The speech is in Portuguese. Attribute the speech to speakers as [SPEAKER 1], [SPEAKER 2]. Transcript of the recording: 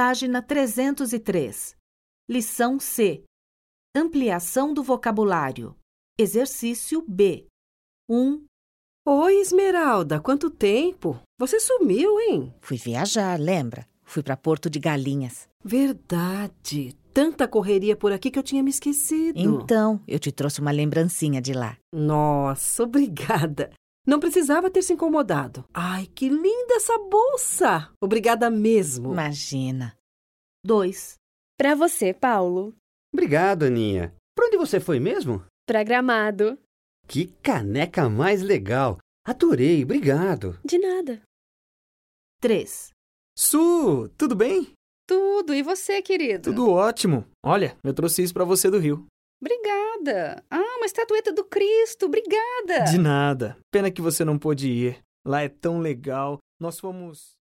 [SPEAKER 1] Página 303. Lição C. Ampliação do vocabulário. Exercício B. 1,
[SPEAKER 2] Oi, Esmeralda, quanto tempo? Você sumiu, hein?
[SPEAKER 3] Fui viajar, lembra? Fui para Porto de Galinhas.
[SPEAKER 2] Verdade. Tanta correria por aqui que eu tinha me esquecido.
[SPEAKER 3] Então, eu te trouxe uma lembrancinha de lá.
[SPEAKER 2] Nossa, obrigada. Não precisava ter se incomodado. Ai, que linda essa bolsa! Obrigada mesmo.
[SPEAKER 3] Imagina.
[SPEAKER 1] 2,
[SPEAKER 4] Pra você, Paulo.
[SPEAKER 5] Obrigado, Aninha. Pra onde você foi mesmo?
[SPEAKER 4] Pra Gramado.
[SPEAKER 5] Que caneca mais legal! Adorei, obrigado.
[SPEAKER 4] De nada.
[SPEAKER 1] 3,
[SPEAKER 6] Su, tudo bem?
[SPEAKER 7] Tudo, e você, querido?
[SPEAKER 6] Tudo ótimo. Olha, eu trouxe isso pra você do Rio.
[SPEAKER 7] Obrigada. Ah, uma estatueta do Cristo, obrigada.
[SPEAKER 6] De nada. Pena que você não pôde ir. Lá é tão legal. Nós fomos.